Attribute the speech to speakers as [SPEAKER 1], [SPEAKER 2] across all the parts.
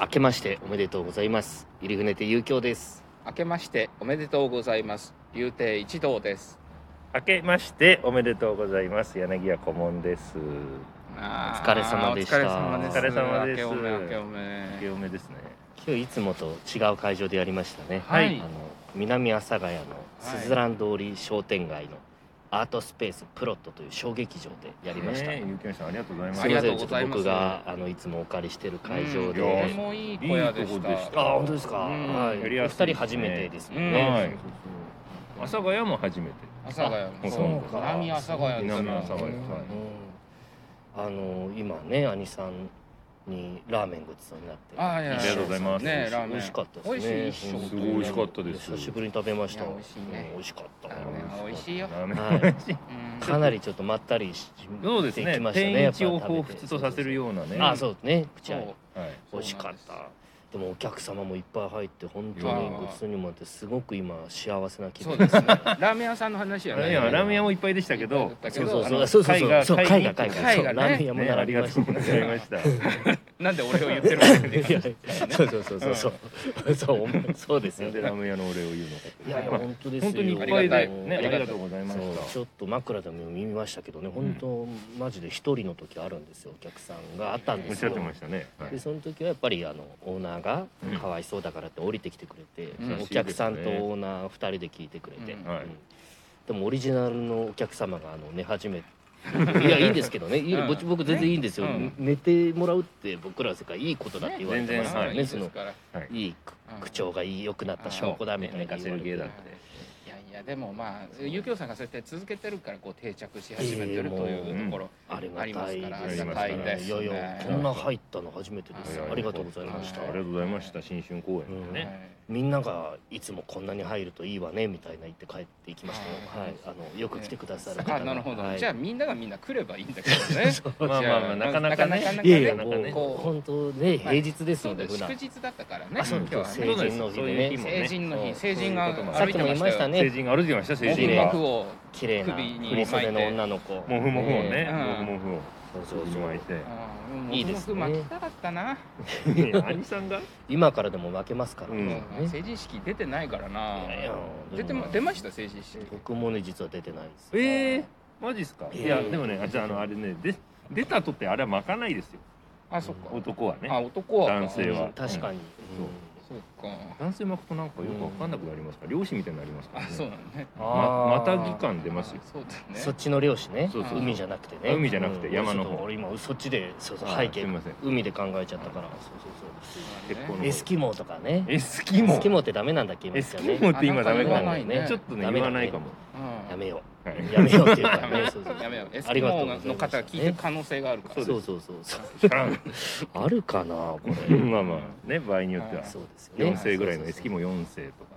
[SPEAKER 1] 明けましておめでとうございます入船亭遊興です
[SPEAKER 2] 明けましておめでとうございます。竜亭一同です。
[SPEAKER 3] 明けましておめでとうございます柳家顧問です
[SPEAKER 2] あー
[SPEAKER 1] お疲れ様でした
[SPEAKER 2] お疲れ様です。
[SPEAKER 3] お疲れ様です
[SPEAKER 2] 明けおめ明けおめ。
[SPEAKER 3] 強めですね
[SPEAKER 1] 今日いつもと違う会場でやりましたね、
[SPEAKER 2] はい
[SPEAKER 1] あの南阿佐ヶ谷のすずらん通り商店街のアートスペースプロットという小劇場でやりました、
[SPEAKER 3] ねえゆうきまさんありがとうございます
[SPEAKER 1] すいま
[SPEAKER 2] あり
[SPEAKER 1] せ
[SPEAKER 2] がと
[SPEAKER 1] ん
[SPEAKER 2] う
[SPEAKER 1] ちょ
[SPEAKER 2] ご
[SPEAKER 1] っと
[SPEAKER 2] ざいます
[SPEAKER 1] 僕があのいつもお借りしてる会場で、
[SPEAKER 3] う
[SPEAKER 2] と
[SPEAKER 3] ん
[SPEAKER 2] てもいい小屋でした。
[SPEAKER 3] いいとこでした
[SPEAKER 1] あ本当ですか、
[SPEAKER 2] うん
[SPEAKER 1] はい、
[SPEAKER 3] やり
[SPEAKER 1] お二
[SPEAKER 3] やすいですね
[SPEAKER 1] 人初めてですもん
[SPEAKER 2] うん
[SPEAKER 3] は
[SPEAKER 1] ね、
[SPEAKER 3] い阿佐ヶ谷も初めて
[SPEAKER 2] 阿佐ヶ谷。
[SPEAKER 3] そう
[SPEAKER 1] か
[SPEAKER 2] 南阿佐ヶ谷ですね。
[SPEAKER 3] 南阿佐ヶ谷
[SPEAKER 2] うん
[SPEAKER 3] は
[SPEAKER 1] うん
[SPEAKER 3] い
[SPEAKER 1] あの今ね兄さんにラーメンごちそうになって
[SPEAKER 2] あーいや
[SPEAKER 3] ありがとうございます
[SPEAKER 2] ねラーメン
[SPEAKER 1] 美味しかったですね
[SPEAKER 2] 美味しいっしょ
[SPEAKER 1] うん
[SPEAKER 3] すごい美味しかったです
[SPEAKER 1] 久しぶりに食べました
[SPEAKER 2] いや美味しいね
[SPEAKER 1] うん美味しかった
[SPEAKER 2] ラーメンは美味しいよ
[SPEAKER 3] ラーメン
[SPEAKER 1] はい
[SPEAKER 2] うん
[SPEAKER 1] かなりちょっとまったりし
[SPEAKER 3] そうです
[SPEAKER 1] で
[SPEAKER 3] ね
[SPEAKER 1] きましたね
[SPEAKER 3] 天一
[SPEAKER 1] や
[SPEAKER 3] を
[SPEAKER 1] っぱ食べ
[SPEAKER 3] 彷
[SPEAKER 1] て
[SPEAKER 3] 彿とさせるようなね
[SPEAKER 1] あそうですね口
[SPEAKER 2] そ
[SPEAKER 1] 合
[SPEAKER 2] う
[SPEAKER 1] い
[SPEAKER 3] はい
[SPEAKER 1] 美味しかったでもお客様もいっぱい入って本当
[SPEAKER 3] う
[SPEAKER 1] に
[SPEAKER 3] わ
[SPEAKER 1] ごちそうにもなってすごく今幸せな気
[SPEAKER 2] そ
[SPEAKER 1] 分
[SPEAKER 2] うで
[SPEAKER 1] ですす
[SPEAKER 2] ね。ラーメン屋さんの話や
[SPEAKER 3] ラー
[SPEAKER 2] ね。
[SPEAKER 3] メン屋ラーメン屋もいっぱいでしたけど
[SPEAKER 2] だけ
[SPEAKER 1] そう
[SPEAKER 2] ど
[SPEAKER 1] そう
[SPEAKER 3] あ
[SPEAKER 1] そうそうそ
[SPEAKER 3] の
[SPEAKER 1] う
[SPEAKER 3] 会が
[SPEAKER 1] そう
[SPEAKER 3] 会
[SPEAKER 1] 海
[SPEAKER 3] に
[SPEAKER 1] が海
[SPEAKER 2] に会
[SPEAKER 1] が
[SPEAKER 2] がね
[SPEAKER 1] ラーメン屋も
[SPEAKER 3] ねあ
[SPEAKER 1] 並
[SPEAKER 3] り
[SPEAKER 1] び
[SPEAKER 3] が
[SPEAKER 1] ま
[SPEAKER 3] と
[SPEAKER 1] し
[SPEAKER 3] うご
[SPEAKER 1] た
[SPEAKER 3] ざいました
[SPEAKER 2] なんで俺を言ってるのっていう
[SPEAKER 1] いや
[SPEAKER 2] 話。
[SPEAKER 1] そうそうそうそうそう そうそうですよ
[SPEAKER 3] なんで
[SPEAKER 1] ね
[SPEAKER 3] ラーメン屋のお礼を言うのか
[SPEAKER 1] いやいや
[SPEAKER 3] まあ
[SPEAKER 1] 本当ですよ
[SPEAKER 3] 本当にいっぱいでね
[SPEAKER 2] あ
[SPEAKER 3] あ
[SPEAKER 2] りがたい
[SPEAKER 3] りがとうございまし
[SPEAKER 1] そう
[SPEAKER 3] た
[SPEAKER 1] ちょっと枕でも見ましたけどね本当、マジで一人の時あるんですよお客さんがあったん
[SPEAKER 3] お
[SPEAKER 1] で
[SPEAKER 3] っ
[SPEAKER 1] す
[SPEAKER 3] しゃっ
[SPEAKER 1] よ
[SPEAKER 3] てましたねはい
[SPEAKER 1] でその時はやっぱりあのオーナーが
[SPEAKER 3] うん
[SPEAKER 1] かわいそうだからって降りてきてくれて、
[SPEAKER 2] うん
[SPEAKER 1] お客さんとオーナー2人で聞いてくれて、
[SPEAKER 2] うん
[SPEAKER 3] はい
[SPEAKER 1] うんでもオリジナルのお客様があの寝始め いやいいんですけどねいい
[SPEAKER 2] うん
[SPEAKER 1] 僕僕全然いいんですよ、
[SPEAKER 2] うん
[SPEAKER 1] 寝てもらうって僕らの世界いいことだって言われてますからね
[SPEAKER 2] いいです
[SPEAKER 1] その
[SPEAKER 2] から。
[SPEAKER 1] いいく
[SPEAKER 2] うん
[SPEAKER 1] 口調がいい良くなった証拠だみたいな言われて
[SPEAKER 3] うん
[SPEAKER 2] いやいやでもまあゆきょうさんがそうやって続けてるからこう定着し始めて
[SPEAKER 1] いえいえ
[SPEAKER 2] るとい
[SPEAKER 3] もう
[SPEAKER 2] うところ、
[SPEAKER 1] ありがたい
[SPEAKER 2] あ
[SPEAKER 3] り
[SPEAKER 1] です
[SPEAKER 3] がたいです
[SPEAKER 1] いやいやこんな入ったの初めてです
[SPEAKER 3] はいはい
[SPEAKER 1] ありがとうございました
[SPEAKER 3] ありがとうございました新春公演で
[SPEAKER 1] うん
[SPEAKER 3] ね
[SPEAKER 1] みんながいつもこんなに入るといいわねみたいな言って帰っていきましたよ、
[SPEAKER 2] は
[SPEAKER 1] はいい、あのよく来てくださる
[SPEAKER 2] あ
[SPEAKER 1] 方が
[SPEAKER 2] なるほど、
[SPEAKER 1] はい、
[SPEAKER 2] じゃあみんながみんな来ればいいんだけど ね
[SPEAKER 3] まあまあまあなかなかね
[SPEAKER 2] なかなか
[SPEAKER 1] いやいや
[SPEAKER 2] ね
[SPEAKER 1] もう
[SPEAKER 2] こう
[SPEAKER 1] 本当ね平日です
[SPEAKER 2] そう
[SPEAKER 1] ので普
[SPEAKER 2] だ祝
[SPEAKER 1] 段
[SPEAKER 2] 日だったからね
[SPEAKER 1] あそう
[SPEAKER 2] 今
[SPEAKER 1] です
[SPEAKER 2] 日はね
[SPEAKER 1] 成人の日でね
[SPEAKER 3] そう
[SPEAKER 2] 成人の日
[SPEAKER 1] そ
[SPEAKER 2] 成人が
[SPEAKER 3] そういうことも
[SPEAKER 1] さっ
[SPEAKER 2] 歩
[SPEAKER 1] き
[SPEAKER 2] いて
[SPEAKER 1] も言
[SPEAKER 2] ま
[SPEAKER 1] いま
[SPEAKER 2] した
[SPEAKER 1] した
[SPEAKER 2] よ
[SPEAKER 1] ね
[SPEAKER 3] 成人が歩いてました成
[SPEAKER 2] モ
[SPEAKER 1] 成
[SPEAKER 2] フ
[SPEAKER 3] 人
[SPEAKER 1] 人
[SPEAKER 3] が
[SPEAKER 1] が
[SPEAKER 2] モフを
[SPEAKER 1] 綺麗な
[SPEAKER 2] 首に
[SPEAKER 1] 振り袖の女の子
[SPEAKER 3] モフモフをね
[SPEAKER 2] うん
[SPEAKER 3] モフモ
[SPEAKER 1] そう
[SPEAKER 3] フ
[SPEAKER 1] そうそ
[SPEAKER 3] を首に巻いうて
[SPEAKER 2] うん
[SPEAKER 1] いいですね
[SPEAKER 2] モフモフ巻きたかったな、
[SPEAKER 3] 兄さんが
[SPEAKER 1] 今からでも負けますからね,
[SPEAKER 3] うん
[SPEAKER 1] ね、
[SPEAKER 2] うん成人式出てないからない
[SPEAKER 1] やいや
[SPEAKER 2] 出てま出ました成人式
[SPEAKER 1] 僕もね実は出てないです
[SPEAKER 3] ええマジっすかいや
[SPEAKER 1] ええ
[SPEAKER 3] でもねあじゃああのあれねで出たとってあれは巻かないですよ
[SPEAKER 2] あそっか
[SPEAKER 3] 男は
[SPEAKER 2] あ
[SPEAKER 3] ね
[SPEAKER 2] 男は
[SPEAKER 3] 男性は
[SPEAKER 1] うん確かに、
[SPEAKER 3] そう
[SPEAKER 2] そうか
[SPEAKER 3] 男性巻くとなんかよくわかんなくなりますから漁師みたいになりますから
[SPEAKER 2] あ
[SPEAKER 3] ね
[SPEAKER 2] そうなのね
[SPEAKER 1] うん
[SPEAKER 3] まま
[SPEAKER 1] あー
[SPEAKER 3] たぎ感出ますよ
[SPEAKER 2] そうだね
[SPEAKER 1] そっちの漁師ね
[SPEAKER 3] そう
[SPEAKER 2] そうそう
[SPEAKER 1] 海じゃなくてね
[SPEAKER 3] 海じゃなくて
[SPEAKER 1] うん
[SPEAKER 3] 山の
[SPEAKER 1] ち
[SPEAKER 3] 方
[SPEAKER 1] ょっと俺今そっちでそうそう
[SPEAKER 3] あ
[SPEAKER 1] 背
[SPEAKER 3] す
[SPEAKER 1] 景
[SPEAKER 3] みません
[SPEAKER 1] 海で考えちゃったからそうそう
[SPEAKER 3] 結婚
[SPEAKER 1] そうエスキモーとかね
[SPEAKER 3] エスキモ
[SPEAKER 1] エスキモーってダメなんだっけ今
[SPEAKER 3] エ
[SPEAKER 1] 言っ
[SPEAKER 3] ス
[SPEAKER 1] ちゃ
[SPEAKER 3] キ
[SPEAKER 1] う
[SPEAKER 3] モ
[SPEAKER 1] ね
[SPEAKER 3] って今ダメか
[SPEAKER 1] あなんか言
[SPEAKER 3] も
[SPEAKER 1] わないね
[SPEAKER 3] ねちょっとね
[SPEAKER 1] ダメだね
[SPEAKER 3] 言わないかも
[SPEAKER 1] や
[SPEAKER 2] うん
[SPEAKER 1] めよ
[SPEAKER 3] は
[SPEAKER 1] う
[SPEAKER 3] い
[SPEAKER 1] やめようっていうかねそうそう
[SPEAKER 2] やめようエス
[SPEAKER 1] あ
[SPEAKER 2] キ
[SPEAKER 1] り
[SPEAKER 2] モ
[SPEAKER 1] がとうございま
[SPEAKER 2] ー
[SPEAKER 1] す
[SPEAKER 2] の方が聞いてる可能性があるから
[SPEAKER 1] そうそうそうそう
[SPEAKER 3] 知らん
[SPEAKER 1] あるかなこれ
[SPEAKER 3] まあまあね場合によっては
[SPEAKER 1] そうですよね
[SPEAKER 3] 4世ぐらいのエスキモ4世とか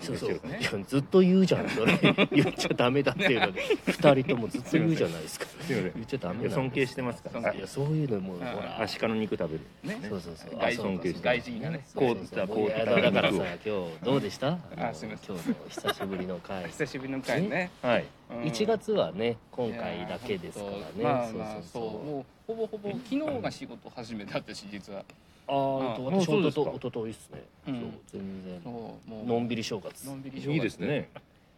[SPEAKER 1] そうそう
[SPEAKER 3] ですよ
[SPEAKER 2] ね
[SPEAKER 1] いやずっと言うじゃんそれ 言っちゃダメだっていうので2人ともずっと言うじゃないですか
[SPEAKER 3] すみませ
[SPEAKER 1] 言
[SPEAKER 3] ん
[SPEAKER 1] っちゃダメ
[SPEAKER 3] い
[SPEAKER 1] な
[SPEAKER 3] や
[SPEAKER 1] んです
[SPEAKER 3] 尊敬してますから
[SPEAKER 1] いやそういうのもほ
[SPEAKER 2] あ
[SPEAKER 1] ら
[SPEAKER 3] アシカの肉食べる
[SPEAKER 2] ね
[SPEAKER 1] そうそうそう。
[SPEAKER 2] 外人
[SPEAKER 1] あそうかそうか
[SPEAKER 2] 外人がね
[SPEAKER 1] そうそうそう
[SPEAKER 3] こうこう
[SPEAKER 1] いやだからさ、今日どうでした？
[SPEAKER 2] あすいません
[SPEAKER 1] 今日の久しぶりの回。
[SPEAKER 2] 久しぶりの回ね
[SPEAKER 3] はい
[SPEAKER 2] うん
[SPEAKER 1] 1月はね、今回だけですから
[SPEAKER 2] いや
[SPEAKER 1] ね。
[SPEAKER 2] ーまあまあそうもうほぼほぼ昨日が仕事始めたってし実は
[SPEAKER 1] あー、
[SPEAKER 2] あ
[SPEAKER 1] と
[SPEAKER 3] もう
[SPEAKER 1] 私
[SPEAKER 3] そう
[SPEAKER 1] お
[SPEAKER 3] で
[SPEAKER 1] と
[SPEAKER 3] すか
[SPEAKER 1] とおとといっすね。
[SPEAKER 2] う
[SPEAKER 1] そ
[SPEAKER 2] ん
[SPEAKER 1] う全然
[SPEAKER 2] そうもう
[SPEAKER 1] のんびり正月。
[SPEAKER 2] のんびり正月
[SPEAKER 3] いいですね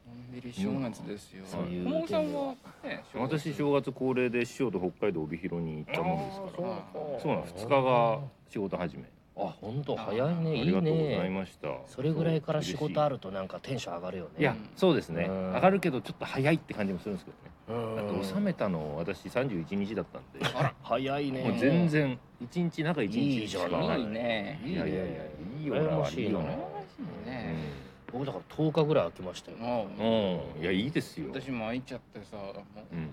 [SPEAKER 2] のんびり正月ですよ
[SPEAKER 1] そういう
[SPEAKER 2] 小野さんはね正月
[SPEAKER 3] 私正月恒例で師匠と北海道帯広に行ったもんですから
[SPEAKER 2] ら
[SPEAKER 3] そうなん2日が仕事始め
[SPEAKER 1] あ、本当早いね。い
[SPEAKER 3] あ
[SPEAKER 1] い
[SPEAKER 3] りがとうござい
[SPEAKER 1] ね。
[SPEAKER 3] ました
[SPEAKER 1] それぐらいから仕事あ
[SPEAKER 3] る
[SPEAKER 1] るとなんかテンション上がるよね。
[SPEAKER 3] いやそうですね
[SPEAKER 1] うん
[SPEAKER 3] 上がるけどちょっと早いって感じもするんですけ
[SPEAKER 1] う
[SPEAKER 3] ど
[SPEAKER 1] ん、
[SPEAKER 3] ねだって収めたの私31日だったんで
[SPEAKER 2] あら
[SPEAKER 1] 早いね。
[SPEAKER 3] もう全然一日中一日
[SPEAKER 1] いいじゃない
[SPEAKER 2] いいね
[SPEAKER 3] いやいやいやいいよ
[SPEAKER 1] 羨
[SPEAKER 3] な
[SPEAKER 1] ましいな
[SPEAKER 3] よな
[SPEAKER 2] ね
[SPEAKER 1] 僕だから10日ぐらい空きましたよ。
[SPEAKER 2] も
[SPEAKER 3] う
[SPEAKER 2] うん
[SPEAKER 3] いやいいですよ
[SPEAKER 2] 私も開いちゃってさも
[SPEAKER 3] う
[SPEAKER 2] うん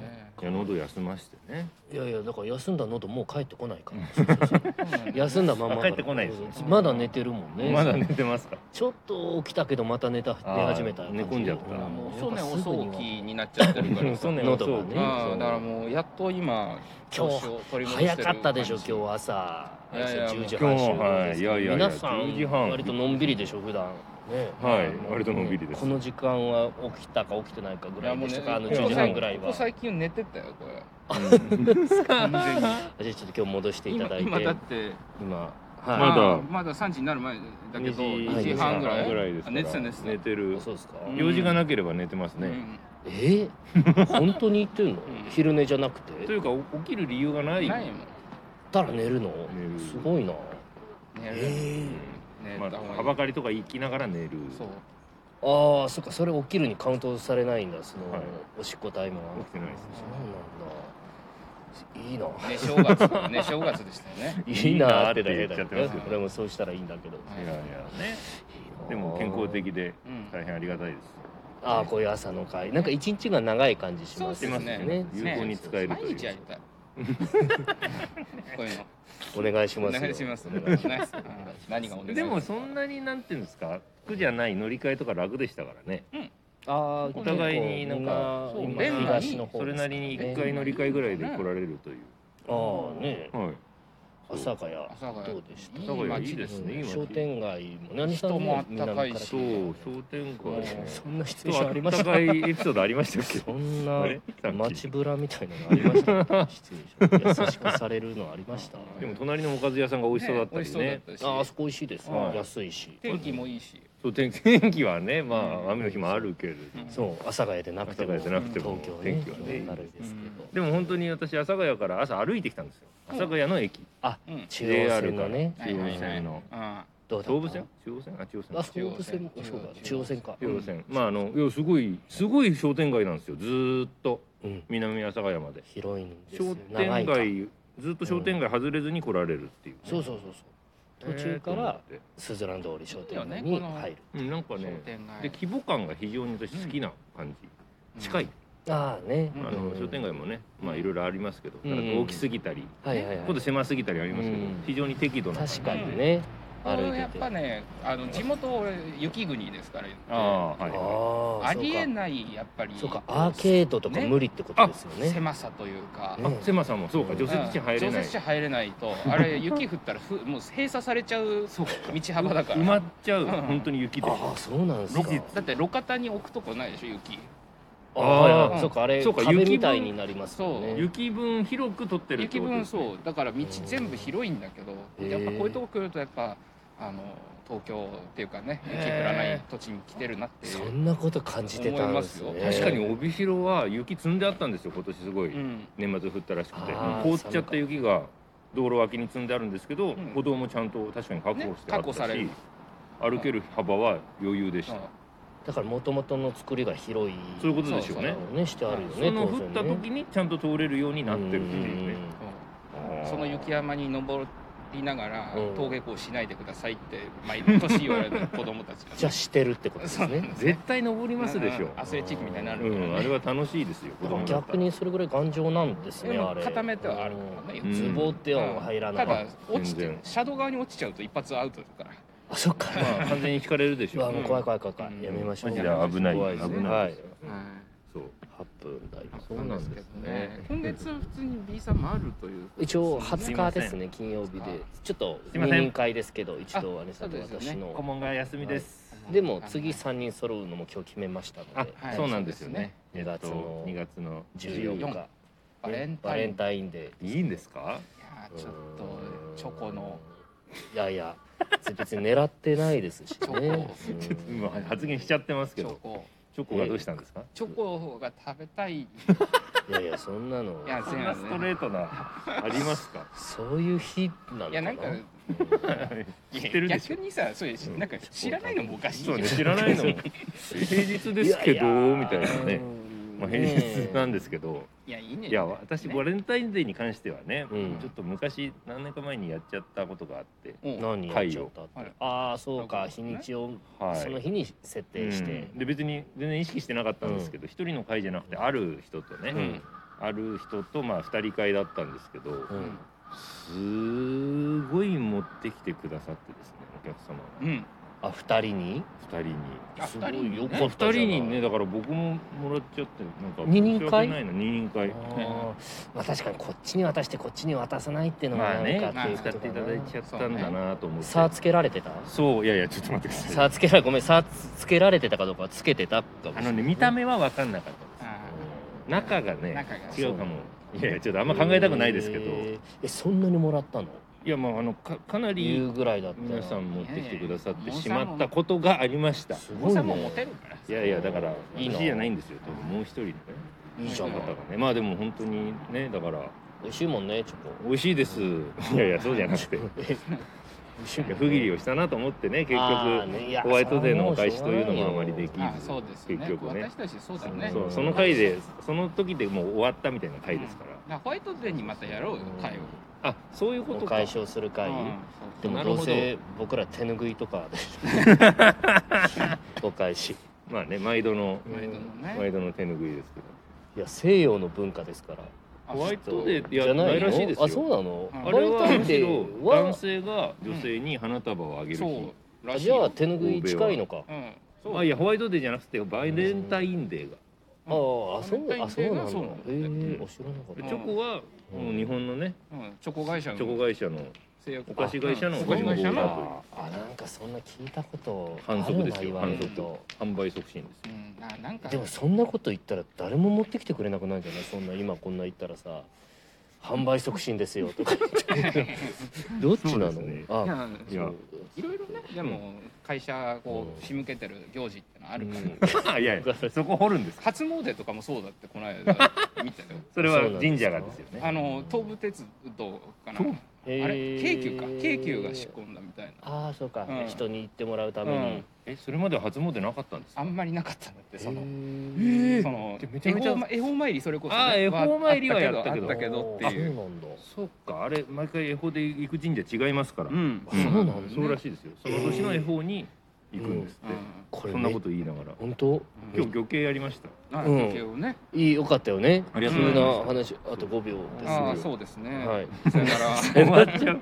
[SPEAKER 2] ね
[SPEAKER 3] いや喉休ましてね
[SPEAKER 1] いやいやだから休んだのともう帰ってこないから。
[SPEAKER 2] そうなんだよね
[SPEAKER 1] 休んだまんまだから
[SPEAKER 3] 帰ってこないですね
[SPEAKER 1] まだ寝てるもんね
[SPEAKER 3] まだ寝てますか
[SPEAKER 1] ちょっと起きたけどまた寝た
[SPEAKER 3] あー
[SPEAKER 1] 寝始めた
[SPEAKER 3] 寝込んじゃった
[SPEAKER 1] 感
[SPEAKER 2] もう
[SPEAKER 1] じ
[SPEAKER 2] 遅寝
[SPEAKER 1] やっぱすぐに
[SPEAKER 2] 遅
[SPEAKER 1] は
[SPEAKER 2] 起きになっちゃってるから さ
[SPEAKER 3] 遅寝
[SPEAKER 1] 喉がね
[SPEAKER 2] あ
[SPEAKER 3] そ
[SPEAKER 2] あ
[SPEAKER 3] う
[SPEAKER 2] だからもうやっと今
[SPEAKER 1] 今日
[SPEAKER 2] 調子を取り戻し
[SPEAKER 1] 早
[SPEAKER 2] てる
[SPEAKER 1] かったでしょ
[SPEAKER 2] 感じ
[SPEAKER 1] 今日朝
[SPEAKER 2] いやいや
[SPEAKER 1] 10時
[SPEAKER 3] 今
[SPEAKER 1] 半
[SPEAKER 3] 日
[SPEAKER 1] 集合
[SPEAKER 3] は
[SPEAKER 1] で
[SPEAKER 3] い
[SPEAKER 1] す
[SPEAKER 3] いやいやいや
[SPEAKER 1] 皆さ
[SPEAKER 3] 10時
[SPEAKER 1] ん
[SPEAKER 3] 半
[SPEAKER 1] 割とのんびりでしょ普段ね
[SPEAKER 3] はい
[SPEAKER 1] あの
[SPEAKER 3] 割とのんびりです
[SPEAKER 1] この時間は起きたか起きてないかぐ
[SPEAKER 2] い
[SPEAKER 1] ら
[SPEAKER 2] や
[SPEAKER 1] い
[SPEAKER 2] もう
[SPEAKER 1] でし
[SPEAKER 2] ね、
[SPEAKER 1] たか、あの
[SPEAKER 2] ここ
[SPEAKER 1] 10時半ぐらい
[SPEAKER 2] こ
[SPEAKER 1] はじゃ
[SPEAKER 2] こ最近寝てたよこれ
[SPEAKER 1] あ
[SPEAKER 2] 完全に
[SPEAKER 1] ちょっと今日戻していただいて今
[SPEAKER 2] 今今だって
[SPEAKER 1] はい、
[SPEAKER 3] まだ
[SPEAKER 2] あまだ3時になる前だけど
[SPEAKER 1] 二
[SPEAKER 2] 1
[SPEAKER 1] 時
[SPEAKER 2] 時半ぐらい
[SPEAKER 1] 二時半ぐ
[SPEAKER 3] らいですから
[SPEAKER 2] あ寝てた寝てた
[SPEAKER 3] 寝てる
[SPEAKER 1] そうですか、
[SPEAKER 2] うん
[SPEAKER 3] 用事がなければ寝てます
[SPEAKER 2] う
[SPEAKER 3] ね、
[SPEAKER 2] ん
[SPEAKER 1] えー、本当に言ってんの
[SPEAKER 2] ん
[SPEAKER 1] 昼寝じゃなく
[SPEAKER 3] と
[SPEAKER 1] て
[SPEAKER 3] いうかお起きる理由がない
[SPEAKER 2] ないもん
[SPEAKER 1] たら寝るの
[SPEAKER 3] る
[SPEAKER 1] すごいな
[SPEAKER 2] 寝る
[SPEAKER 1] え
[SPEAKER 2] 寝
[SPEAKER 3] ま
[SPEAKER 2] た方がい
[SPEAKER 3] あ、
[SPEAKER 2] い
[SPEAKER 3] はばかりとか行きながら寝る
[SPEAKER 2] そう
[SPEAKER 1] えー、ああそっかそれ起きるにカウントされないんだその、
[SPEAKER 3] はい
[SPEAKER 1] おしっこタイムは
[SPEAKER 3] 起きてないです
[SPEAKER 1] そうなんだいいな
[SPEAKER 2] ね正月ね正月でしたよね
[SPEAKER 1] いいなってだけだよ
[SPEAKER 3] 言っちゃってま
[SPEAKER 1] ね
[SPEAKER 3] すけど
[SPEAKER 1] 俺もそうしたらいいんだけど
[SPEAKER 3] いやいやね
[SPEAKER 1] いいな
[SPEAKER 3] でも健康的で
[SPEAKER 2] うん
[SPEAKER 3] 大変ありがたいです
[SPEAKER 1] ああこういう朝の会なんか一日が長い感じします
[SPEAKER 2] そうですね
[SPEAKER 3] 有効に使えると
[SPEAKER 2] 毎
[SPEAKER 3] いう
[SPEAKER 2] 日やりたいこういうの
[SPEAKER 1] お願いし
[SPEAKER 2] お
[SPEAKER 1] ますよ
[SPEAKER 2] 願いします
[SPEAKER 1] お願いし
[SPEAKER 2] ねあー何がお願い
[SPEAKER 3] でもそんなになんていうんですか苦じゃない乗り換えとか楽でしたからね
[SPEAKER 1] ああ
[SPEAKER 3] お互いになんか
[SPEAKER 1] 結構み今
[SPEAKER 2] そう便利
[SPEAKER 1] 東の方
[SPEAKER 3] それなりに
[SPEAKER 1] ですね
[SPEAKER 3] 1回乗り換えぐらいで来られるという、
[SPEAKER 1] ああね
[SPEAKER 3] はい
[SPEAKER 1] 朝霞屋
[SPEAKER 2] 朝が
[SPEAKER 1] どうでした
[SPEAKER 3] 朝霞屋
[SPEAKER 2] い
[SPEAKER 3] い
[SPEAKER 2] い
[SPEAKER 3] い
[SPEAKER 2] で
[SPEAKER 3] ですすね今
[SPEAKER 1] 商店街も何さん
[SPEAKER 2] 人もあったかいし
[SPEAKER 1] 南
[SPEAKER 3] そう商店街ね
[SPEAKER 1] そんなシチュエーションあり
[SPEAKER 3] あ
[SPEAKER 1] ま
[SPEAKER 3] っ
[SPEAKER 1] したた
[SPEAKER 3] かいエピソードありましたっけ
[SPEAKER 1] そん
[SPEAKER 3] あ
[SPEAKER 1] な
[SPEAKER 3] れさっき
[SPEAKER 1] 街ぶらみたいなのありましたかシチュエーション優しくされるのありました
[SPEAKER 3] でも隣のおかず屋さんが美味しそうだったりね
[SPEAKER 2] ね美味しそう
[SPEAKER 1] あ
[SPEAKER 2] だ
[SPEAKER 1] あ
[SPEAKER 2] ったし
[SPEAKER 1] そこ美味しいです
[SPEAKER 3] はい
[SPEAKER 1] 安いし
[SPEAKER 2] 天気もいいし
[SPEAKER 3] そう天天 気はねま
[SPEAKER 2] うん
[SPEAKER 3] あ雨の日もあるけれど、
[SPEAKER 2] うん
[SPEAKER 1] そう阿佐ヶ谷でなくても
[SPEAKER 3] 阿佐ヶ谷
[SPEAKER 2] でなくて
[SPEAKER 1] 東
[SPEAKER 3] も
[SPEAKER 1] 京ね
[SPEAKER 3] 天気はね
[SPEAKER 1] なるんですけど
[SPEAKER 3] でも本当に私阿佐ヶ谷から朝歩いてきたんですよ阿
[SPEAKER 2] うん
[SPEAKER 3] 佐ヶ谷の駅
[SPEAKER 2] うん
[SPEAKER 1] 中央線のね
[SPEAKER 3] JR から中央線の
[SPEAKER 2] あ
[SPEAKER 1] どうだった
[SPEAKER 3] 東武線中央線あ中央線
[SPEAKER 1] あ東武線
[SPEAKER 2] 中央線
[SPEAKER 1] そうだ中央線か
[SPEAKER 3] 中央線まああのいやすごいすごい商店街なんですよずーっと
[SPEAKER 1] うん
[SPEAKER 3] 南阿佐ヶ谷まで
[SPEAKER 1] 広いんですよ
[SPEAKER 3] 商店
[SPEAKER 1] 長いから
[SPEAKER 3] 街ずっと商店街外れずに来られるっていうね、
[SPEAKER 1] そうそうそうそう途中か
[SPEAKER 3] えーと思
[SPEAKER 1] ら
[SPEAKER 3] って
[SPEAKER 1] すずらん通り商店街に入る
[SPEAKER 3] うんなんか
[SPEAKER 2] ー商
[SPEAKER 3] ね
[SPEAKER 2] 店街
[SPEAKER 3] で規模感が非常に私好きな感じ、近い、
[SPEAKER 1] ああね
[SPEAKER 2] うん
[SPEAKER 3] あの商店街もねまあいろいろありますけど、
[SPEAKER 1] うん
[SPEAKER 3] なんか大きすぎたり、
[SPEAKER 1] はいはいはい
[SPEAKER 3] 今度狭すぎたりありますけど、
[SPEAKER 1] うん
[SPEAKER 3] 非常に適度な感じ
[SPEAKER 1] 確かにね
[SPEAKER 2] あ
[SPEAKER 1] 歩い
[SPEAKER 2] の
[SPEAKER 1] て
[SPEAKER 2] やってぱねあの地元俺雪国ですから
[SPEAKER 3] ああはいは
[SPEAKER 1] ああ
[SPEAKER 2] ありえないやっぱり
[SPEAKER 1] そうかアーケードとか
[SPEAKER 2] ね
[SPEAKER 1] 無理ってことですよね
[SPEAKER 2] 狭さというか
[SPEAKER 3] いあ狭さもそうか除雪車入れ
[SPEAKER 2] 除
[SPEAKER 3] ない
[SPEAKER 2] 雪車入れないとあれ雪降ったらふ もう閉鎖されちゃう道幅だか
[SPEAKER 3] 埋ま
[SPEAKER 2] ら
[SPEAKER 3] っちゃう、
[SPEAKER 2] うん
[SPEAKER 3] 本当に雪で
[SPEAKER 1] ああそうなんですか
[SPEAKER 3] 路地
[SPEAKER 2] だって路肩に置くとこないでしょ雪
[SPEAKER 1] ああはいは
[SPEAKER 2] う
[SPEAKER 1] い
[SPEAKER 2] ん
[SPEAKER 1] そうかあれ
[SPEAKER 3] そうか
[SPEAKER 1] 壁
[SPEAKER 3] 雪分
[SPEAKER 1] みたいになりますよね
[SPEAKER 3] 雪分広く取ってるって
[SPEAKER 2] 雪
[SPEAKER 3] こと
[SPEAKER 2] 分
[SPEAKER 3] ですね
[SPEAKER 2] そうだから道全部広いんだけど
[SPEAKER 1] へー
[SPEAKER 2] やっぱこういうとこ来るとやっぱあの東京っていうかね雪降らない土地に来てるなってい
[SPEAKER 1] そ
[SPEAKER 2] うん
[SPEAKER 1] なこと感じてたんですね
[SPEAKER 2] 思います
[SPEAKER 3] 確かに帯広は雪積んであったんですよ今年すごい、
[SPEAKER 2] うん
[SPEAKER 3] 年末降ったらしくて
[SPEAKER 1] あー
[SPEAKER 3] 凍っちゃった雪が道路脇に積んであるんですけど、
[SPEAKER 2] ん
[SPEAKER 3] 歩道もちゃんと確かに確保してあ
[SPEAKER 2] ね確保
[SPEAKER 3] ったし、
[SPEAKER 2] される
[SPEAKER 3] 歩ける幅は余裕でした、
[SPEAKER 1] だから元々の作りが広い
[SPEAKER 3] そういうことでしょうね
[SPEAKER 1] そうそうねしてあるよね
[SPEAKER 3] そ
[SPEAKER 1] 当
[SPEAKER 3] の降っ
[SPEAKER 1] 然ね
[SPEAKER 3] た時にちゃんと通れるようになってるっていうね
[SPEAKER 1] ん
[SPEAKER 3] あー
[SPEAKER 2] その雪山に登りながら
[SPEAKER 1] うん
[SPEAKER 2] 登下校しないでくださいって毎年言われる子供たちが
[SPEAKER 1] じゃあしてるってことですね
[SPEAKER 3] 絶対登りますでしょ
[SPEAKER 2] うんアスレチックみたいにな
[SPEAKER 3] う
[SPEAKER 2] るから
[SPEAKER 3] んあれ
[SPEAKER 2] ね
[SPEAKER 3] は楽しいですよ子供だった
[SPEAKER 1] 逆
[SPEAKER 3] ら
[SPEAKER 1] にそれぐらい頑丈なんですね
[SPEAKER 2] でも
[SPEAKER 1] あれ
[SPEAKER 2] 固めてはあるからね
[SPEAKER 1] うんズボっては入らな
[SPEAKER 2] た
[SPEAKER 1] い、
[SPEAKER 2] だ落ち
[SPEAKER 3] 全
[SPEAKER 2] て
[SPEAKER 3] 然
[SPEAKER 2] 車道側に落ちちゃうと一発アウトだから
[SPEAKER 1] あそっか、
[SPEAKER 3] まあ完全に引かれるでし
[SPEAKER 1] う
[SPEAKER 3] ょ
[SPEAKER 1] わもう怖い怖い怖い怖い、
[SPEAKER 2] うん
[SPEAKER 1] やめましょう
[SPEAKER 3] マジで危ない
[SPEAKER 1] 怖ですね
[SPEAKER 3] 危ない
[SPEAKER 1] は
[SPEAKER 3] で
[SPEAKER 1] い
[SPEAKER 3] すよそう
[SPEAKER 1] 8分だいぶ
[SPEAKER 3] そうなんですね
[SPEAKER 2] 今月は普通に B さんもあるということです
[SPEAKER 1] 一
[SPEAKER 2] ね
[SPEAKER 1] 応20日ですね金曜日
[SPEAKER 2] 20
[SPEAKER 1] で
[SPEAKER 2] 日
[SPEAKER 1] ちょっと
[SPEAKER 3] すいま
[SPEAKER 1] 二
[SPEAKER 3] せん
[SPEAKER 1] 人会ですけど一度姉さんと
[SPEAKER 2] そうです
[SPEAKER 1] 私
[SPEAKER 2] よね
[SPEAKER 1] の
[SPEAKER 3] 顧問が休みです
[SPEAKER 1] でも次3人揃うのも今日決めましたの
[SPEAKER 3] あ
[SPEAKER 1] で、
[SPEAKER 2] はい
[SPEAKER 3] そうなんですよね
[SPEAKER 1] そうですね
[SPEAKER 3] えっと2月の
[SPEAKER 1] 14
[SPEAKER 2] 14
[SPEAKER 1] 日
[SPEAKER 2] バレン
[SPEAKER 1] バ
[SPEAKER 2] タ
[SPEAKER 1] レ
[SPEAKER 2] イ
[SPEAKER 1] ン
[SPEAKER 2] ン
[SPEAKER 1] タインデー
[SPEAKER 3] いいんですか
[SPEAKER 2] いやーちょっとチョコの
[SPEAKER 1] いやいや別に狙ってないですし
[SPEAKER 2] チョコ
[SPEAKER 1] ねうん
[SPEAKER 3] ちょっと今発言しちゃってます
[SPEAKER 2] チ
[SPEAKER 3] け
[SPEAKER 2] ョ
[SPEAKER 3] ど
[SPEAKER 2] コ
[SPEAKER 3] チョコがどうしたんですか
[SPEAKER 2] チョコが食べたい
[SPEAKER 1] いやいやそんなの
[SPEAKER 2] いや
[SPEAKER 3] そんなストレートなありますか
[SPEAKER 1] そういう日なのかない
[SPEAKER 2] やなんか
[SPEAKER 3] 知ってるでし
[SPEAKER 2] 逆
[SPEAKER 3] ょ
[SPEAKER 2] にさそういうなんか知らないのもおかしい
[SPEAKER 3] そう
[SPEAKER 2] よ
[SPEAKER 3] ね知らないのも平日ですけどみたいなねまあ平日なん
[SPEAKER 1] で
[SPEAKER 3] ですけど
[SPEAKER 2] いやいいね
[SPEAKER 3] いや私バレンタインデーに関してはね
[SPEAKER 1] うん
[SPEAKER 3] ちょっと昔何年か前にやっちゃったことがあって
[SPEAKER 2] うん
[SPEAKER 1] 何やっちゃったって
[SPEAKER 2] はいよ
[SPEAKER 1] ああそうか日にちを
[SPEAKER 3] はい
[SPEAKER 1] その日に設定して
[SPEAKER 3] うんで別に全然意識してなかったんですけど一人の会じゃなくてある人と
[SPEAKER 1] う
[SPEAKER 3] ね
[SPEAKER 1] ん
[SPEAKER 3] ある人とまあ二人会だったんですけど
[SPEAKER 1] うん
[SPEAKER 2] ん
[SPEAKER 3] すごい持ってきてくださってですねお客様が
[SPEAKER 2] うん
[SPEAKER 1] あ二人に
[SPEAKER 3] 人に
[SPEAKER 2] あ
[SPEAKER 1] すご
[SPEAKER 2] 二人
[SPEAKER 1] いよか
[SPEAKER 3] 二
[SPEAKER 1] ったじゃ
[SPEAKER 3] 人
[SPEAKER 1] ない
[SPEAKER 3] にねだから僕ももらっちゃってなんか
[SPEAKER 1] 二人
[SPEAKER 3] 申し
[SPEAKER 1] 会
[SPEAKER 3] 訳ないの二人
[SPEAKER 1] あ
[SPEAKER 3] 会
[SPEAKER 1] ーまあ確かにこっちに渡してこっちに渡さないっていうのが
[SPEAKER 3] まあ
[SPEAKER 1] なん
[SPEAKER 3] ね
[SPEAKER 1] かっていう
[SPEAKER 3] 使
[SPEAKER 1] こ
[SPEAKER 3] っ
[SPEAKER 1] と
[SPEAKER 3] てい
[SPEAKER 1] か
[SPEAKER 3] ただいちゃ
[SPEAKER 1] な
[SPEAKER 3] ったんだなと思って
[SPEAKER 1] 差つけられてた
[SPEAKER 3] そういやいやちょっと待ってください
[SPEAKER 1] 差つけらごめん差つけられてたかどうかはつけてたかもしれな
[SPEAKER 3] あ
[SPEAKER 1] い
[SPEAKER 3] のね見た目は分かんなかったです
[SPEAKER 2] あ
[SPEAKER 3] 中がね
[SPEAKER 2] 中が
[SPEAKER 3] 違うかもいやいやちょっとあんま考えたくないですけど
[SPEAKER 1] えーえそんなにもらったの
[SPEAKER 3] いやまああのかかな
[SPEAKER 1] 言
[SPEAKER 3] り
[SPEAKER 1] うぐらいだったら
[SPEAKER 3] 皆さん持ってきてくださってしまったことがありました
[SPEAKER 1] す
[SPEAKER 2] お
[SPEAKER 1] ごい
[SPEAKER 2] 子
[SPEAKER 1] ね
[SPEAKER 2] さんもモテるから
[SPEAKER 3] いやいやだから
[SPEAKER 1] いいな
[SPEAKER 3] 私じゃないんですよ多分もう一人のね
[SPEAKER 1] いいじゃん
[SPEAKER 3] 方がねまあでも本当にねだから
[SPEAKER 1] 美味しいもんねチョコ
[SPEAKER 3] 美味しいですいやいやそうじゃ なくてい
[SPEAKER 1] 美味しいもん
[SPEAKER 3] や
[SPEAKER 1] ね
[SPEAKER 3] 不義理をしたなと思ってね結
[SPEAKER 1] あ
[SPEAKER 3] 局
[SPEAKER 1] ーねいや
[SPEAKER 3] ホワイトデーのお返しというのもあまり
[SPEAKER 1] それ
[SPEAKER 3] で
[SPEAKER 1] は
[SPEAKER 3] き
[SPEAKER 2] あ
[SPEAKER 3] ず
[SPEAKER 2] そうですよね
[SPEAKER 3] 結局ね
[SPEAKER 2] 私たちそうだよね
[SPEAKER 3] そううんその回でその時でもう終わったみたいな回ですか
[SPEAKER 2] うん
[SPEAKER 3] ら
[SPEAKER 2] だらホワイトデーにまたやろうよ会を、
[SPEAKER 3] あそういうこ
[SPEAKER 1] お
[SPEAKER 3] とか
[SPEAKER 1] 返しをする会、
[SPEAKER 2] うん
[SPEAKER 1] でも
[SPEAKER 3] な
[SPEAKER 1] ど
[SPEAKER 3] るほ
[SPEAKER 1] う
[SPEAKER 3] ど
[SPEAKER 1] せ僕ら手ぬぐいとかで お返し
[SPEAKER 3] まあね毎度の
[SPEAKER 2] 毎度のね
[SPEAKER 3] 毎度の手ぬぐいですけど
[SPEAKER 1] いや西洋の文化ですから
[SPEAKER 2] あ
[SPEAKER 3] ホワイ
[SPEAKER 1] そ
[SPEAKER 3] ト
[SPEAKER 1] う
[SPEAKER 3] デーってや
[SPEAKER 1] じゃ
[SPEAKER 3] ない
[SPEAKER 1] の
[SPEAKER 3] らしいですよ
[SPEAKER 1] あそうなの
[SPEAKER 2] うん
[SPEAKER 3] あれは
[SPEAKER 1] 割
[SPEAKER 3] む
[SPEAKER 1] と
[SPEAKER 3] し
[SPEAKER 1] で
[SPEAKER 3] ろ
[SPEAKER 1] わ
[SPEAKER 3] 男性が女性に花束をあげる日
[SPEAKER 2] そうらしい
[SPEAKER 1] じゃあ
[SPEAKER 2] よ
[SPEAKER 1] 手ぬぐい近いのか
[SPEAKER 2] う
[SPEAKER 1] あ
[SPEAKER 2] ん
[SPEAKER 3] そうあいやホワイトデーじゃなくてバレンタインデーが、
[SPEAKER 1] あーあそう
[SPEAKER 2] バレンタインデー
[SPEAKER 1] あそうな
[SPEAKER 2] がそうな
[SPEAKER 1] の
[SPEAKER 2] の
[SPEAKER 1] ええ
[SPEAKER 3] うん
[SPEAKER 1] ー、あ知らなかっ
[SPEAKER 3] で
[SPEAKER 1] た
[SPEAKER 3] チョコは、
[SPEAKER 1] うん
[SPEAKER 3] もう日本のね
[SPEAKER 2] うんチョコ会社の
[SPEAKER 3] チョコ会社の
[SPEAKER 2] 製薬
[SPEAKER 3] お菓子会社の
[SPEAKER 2] お菓子会社
[SPEAKER 3] だ
[SPEAKER 2] の、
[SPEAKER 3] と
[SPEAKER 1] あーあなんかそんな聞いたことある
[SPEAKER 3] 反
[SPEAKER 1] な
[SPEAKER 3] 則です
[SPEAKER 1] 言
[SPEAKER 3] よ
[SPEAKER 1] われ
[SPEAKER 3] 反
[SPEAKER 1] る
[SPEAKER 3] 則
[SPEAKER 1] と
[SPEAKER 3] 販売促進です
[SPEAKER 2] うん、ななんか
[SPEAKER 1] でもそんなこと言ったら誰も持ってきてくれなくなるんじゃないそんな今こんな言ったらさ販売促進ですよとか言って どっちな
[SPEAKER 3] そ
[SPEAKER 1] の、
[SPEAKER 3] うですね
[SPEAKER 1] あ
[SPEAKER 2] いや
[SPEAKER 3] いや
[SPEAKER 2] いろいろねでも会社こ
[SPEAKER 1] うん
[SPEAKER 2] う仕向けてる行事ってのはあ
[SPEAKER 1] あ
[SPEAKER 2] るから、
[SPEAKER 3] いやいやそこ掘るんですか
[SPEAKER 2] 初詣とかもそうだってこの 間見たよ
[SPEAKER 3] それは神社がですよね
[SPEAKER 2] あの東武鉄道かな
[SPEAKER 3] 東武
[SPEAKER 1] あ
[SPEAKER 2] あれ京急か京急が仕込んだみたいな
[SPEAKER 1] ああそうか、
[SPEAKER 2] うん
[SPEAKER 1] 人に行ってもらうために、
[SPEAKER 3] えそれまで初詣なかったんです
[SPEAKER 2] あ
[SPEAKER 3] か
[SPEAKER 2] んまりなかったんだってその、
[SPEAKER 1] へ
[SPEAKER 2] その
[SPEAKER 3] でめち
[SPEAKER 2] 恵
[SPEAKER 3] ゃめちゃ
[SPEAKER 2] 方ま恵方参りそれこそ、
[SPEAKER 3] あー恵方参りはやったけど
[SPEAKER 2] あったけどっていう、
[SPEAKER 1] そうなんだ
[SPEAKER 3] そうかあれ毎回恵方で行く神社違いますから、
[SPEAKER 2] ん
[SPEAKER 1] あそうなんだ
[SPEAKER 3] そうらしいですよその年の恵方に行くんですって、
[SPEAKER 1] これ
[SPEAKER 3] そんなこと言いながら
[SPEAKER 1] 本当
[SPEAKER 3] 今日魚系やりました
[SPEAKER 2] あ
[SPEAKER 1] うん
[SPEAKER 2] 時計をね、
[SPEAKER 1] いいよかったよね
[SPEAKER 3] あり
[SPEAKER 2] がとうござい
[SPEAKER 1] 急
[SPEAKER 2] ま
[SPEAKER 1] な
[SPEAKER 3] す
[SPEAKER 1] 話あと5秒です
[SPEAKER 2] あ
[SPEAKER 1] よ
[SPEAKER 2] あそうですね、
[SPEAKER 1] はい
[SPEAKER 2] さよなら
[SPEAKER 3] 終わっちゃう